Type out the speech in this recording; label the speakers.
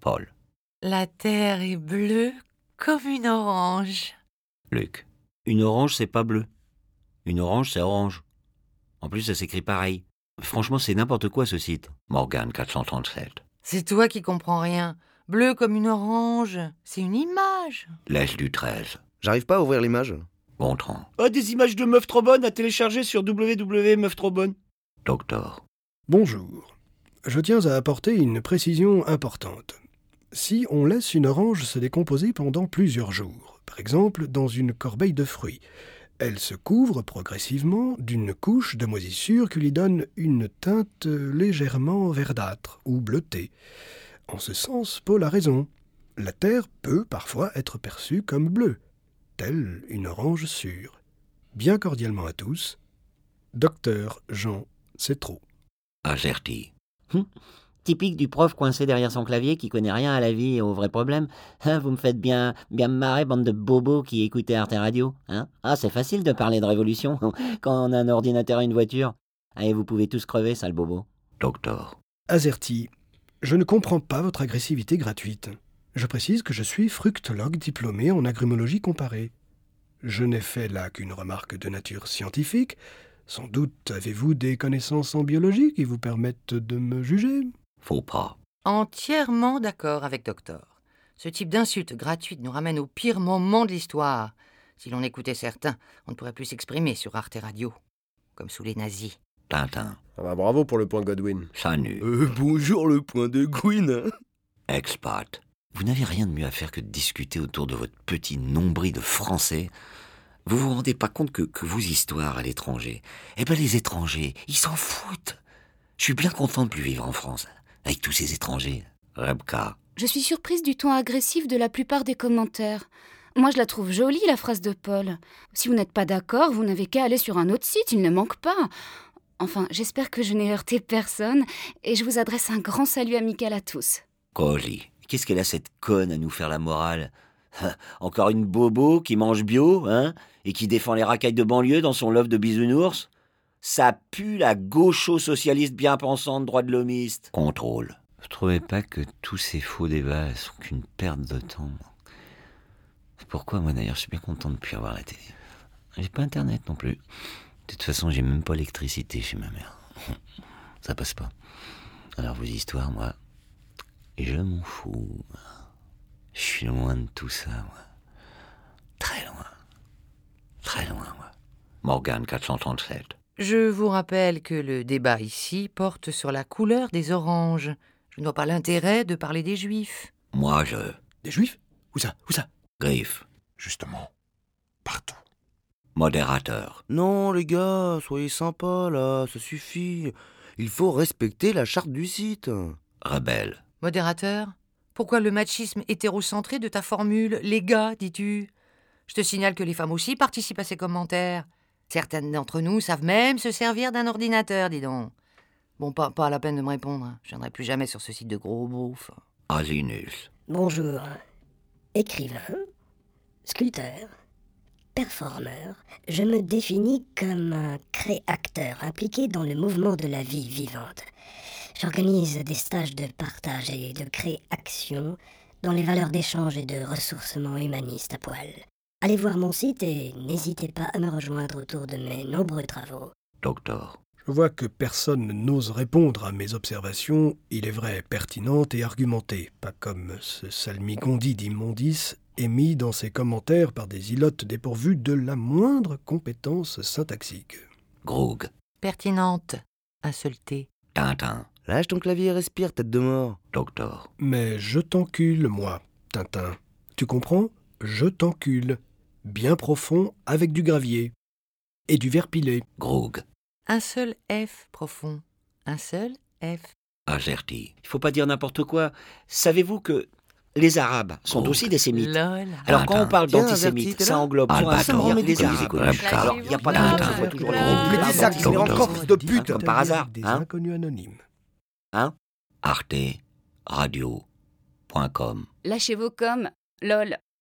Speaker 1: Paul.
Speaker 2: La terre est bleue comme une orange.
Speaker 1: Luc. Une orange, c'est pas bleu. Une orange, c'est orange. En plus, ça s'écrit pareil. Franchement, c'est n'importe quoi ce site. Morgan 437.
Speaker 2: C'est toi qui comprends rien. Bleu comme une orange, c'est une image.
Speaker 1: L'Est du 13.
Speaker 3: J'arrive pas à ouvrir l'image.
Speaker 1: Gontran.
Speaker 4: Oh, des images de meufs trop bonnes à télécharger sur www.meuftrobonnes.
Speaker 1: Doctor.
Speaker 5: Bonjour. Je tiens à apporter une précision importante. Si on laisse une orange se décomposer pendant plusieurs jours, par exemple dans une corbeille de fruits, elle se couvre progressivement d'une couche de moisissure qui lui donne une teinte légèrement verdâtre ou bleutée. En ce sens, Paul a raison. La terre peut parfois être perçue comme bleue, telle une orange sûre. Bien cordialement à tous, Docteur Jean c'est trop.
Speaker 1: Azerty.
Speaker 6: Typique du prof coincé derrière son clavier qui connaît rien à la vie et aux vrais problèmes. Ah, Vous me faites bien, bien me marrer, bande de bobos qui écoutaient Arte Radio. Hein ah, c'est facile de parler de révolution quand on a un ordinateur et une voiture. Allez, vous pouvez tous crever, sale bobo.
Speaker 1: Doctor.
Speaker 5: Azerty, je ne comprends pas votre agressivité gratuite. Je précise que je suis fructologue diplômé en agrumologie comparée. Je n'ai fait là qu'une remarque de nature scientifique. Sans doute avez-vous des connaissances en biologie qui vous permettent de me juger
Speaker 1: Faux pas.
Speaker 2: Entièrement d'accord avec Docteur. Ce type d'insulte gratuite nous ramène au pire moment de l'histoire. Si l'on écoutait certains, on ne pourrait plus s'exprimer sur Arte Radio, comme sous les nazis.
Speaker 1: Tintin.
Speaker 3: Ah bah, bravo pour le point Godwin.
Speaker 1: Ça nu.
Speaker 4: Euh, bonjour le point de Gwyn.
Speaker 1: Expat. Vous n'avez rien de mieux à faire que de discuter autour de votre petit nombril de français. Vous vous rendez pas compte que, que vos histoires à l'étranger, eh ben les étrangers, ils s'en foutent. Je suis bien content de plus vivre en France, avec tous ces étrangers. Rebka.
Speaker 7: Je suis surprise du ton agressif de la plupart des commentaires. Moi, je la trouve jolie, la phrase de Paul. Si vous n'êtes pas d'accord, vous n'avez qu'à aller sur un autre site, il ne manque pas. Enfin, j'espère que je n'ai heurté personne et je vous adresse un grand salut amical à tous.
Speaker 1: Coli. Qu'est-ce qu'elle a cette conne à nous faire la morale Encore une bobo qui mange bio, hein Et qui défend les racailles de banlieue dans son love de bisounours Ça pue la gaucho-socialiste bien pensante droit de l'homiste. Contrôle. Je trouvais pas que tous ces faux débats sont qu'une perte de temps. Pourquoi moi d'ailleurs je suis bien content de ne plus avoir la télé. J'ai pas internet non plus. De toute façon j'ai même pas l'électricité chez ma mère. Ça passe pas. Alors vos histoires, moi, je m'en fous. Je suis loin de tout ça, moi. Très loin. Très loin, moi. Morgane 437.
Speaker 2: Je vous rappelle que le débat ici porte sur la couleur des oranges. Je ne vois pas l'intérêt de parler des juifs.
Speaker 1: Moi, je.
Speaker 5: Des juifs Où ça Où ça
Speaker 1: Griffe.
Speaker 8: Justement, partout.
Speaker 1: Modérateur.
Speaker 9: Non, les gars, soyez sympas là, ça suffit. Il faut respecter la charte du site.
Speaker 1: Rebelle.
Speaker 2: Modérateur, pourquoi le machisme hétérocentré de ta formule Les gars, dis-tu Je te signale que les femmes aussi participent à ces commentaires. Certaines d'entre nous savent même se servir d'un ordinateur, dis donc. Bon, pas, pas la peine de me répondre. Je viendrai plus jamais sur ce site de gros beauf.
Speaker 1: Asinus.
Speaker 10: Bonjour. Écrivain, sculpteur, performeur, je me définis comme un créacteur impliqué dans le mouvement de la vie vivante. J'organise des stages de partage et de créaction dans les valeurs d'échange et de ressourcement humaniste à poil. Allez voir mon site et n'hésitez pas à me rejoindre autour de mes nombreux travaux.
Speaker 1: Docteur.
Speaker 5: Je vois que personne n'ose répondre à mes observations, il est vrai, pertinentes et argumentées, pas comme ce salmigondi d'immondice émis dans ses commentaires par des ilotes dépourvus de la moindre compétence syntaxique.
Speaker 1: Groog.
Speaker 2: Pertinente. Insultée.
Speaker 1: Tintin.
Speaker 9: Lâche ton clavier et respire, tête de mort.
Speaker 1: Docteur.
Speaker 5: Mais je t'encule, moi, Tintin. Tu comprends Je t'encule. Bien profond, avec du gravier. Et du verre pilé.
Speaker 1: Groog.
Speaker 2: Un seul F profond. Un seul F.
Speaker 1: Azerty.
Speaker 6: Il faut pas dire n'importe quoi. Savez-vous que les Arabes sont
Speaker 1: Gros.
Speaker 6: aussi des sémites
Speaker 2: Lol.
Speaker 6: Alors quand on parle
Speaker 9: Tiens,
Speaker 6: d'antisémites,
Speaker 9: Averti,
Speaker 6: ça englobe soit un
Speaker 1: Albator,
Speaker 6: savant, mais des
Speaker 1: comme
Speaker 6: Arabes.
Speaker 1: disait Rebka.
Speaker 6: Alors, il n'y a pas de
Speaker 1: Tintin.
Speaker 6: doute, on voit toujours les
Speaker 2: Mais
Speaker 6: groupes.
Speaker 2: dis
Speaker 6: Ah,
Speaker 2: ça,
Speaker 6: bon,
Speaker 2: que c'est les
Speaker 6: bon,
Speaker 9: rencontres. Corps de pute.
Speaker 6: Comme par hasard,
Speaker 5: Des
Speaker 6: hein
Speaker 5: inconnus anonymes.
Speaker 1: Arte. Radio. point com.
Speaker 7: Lâchez vos coms, lol.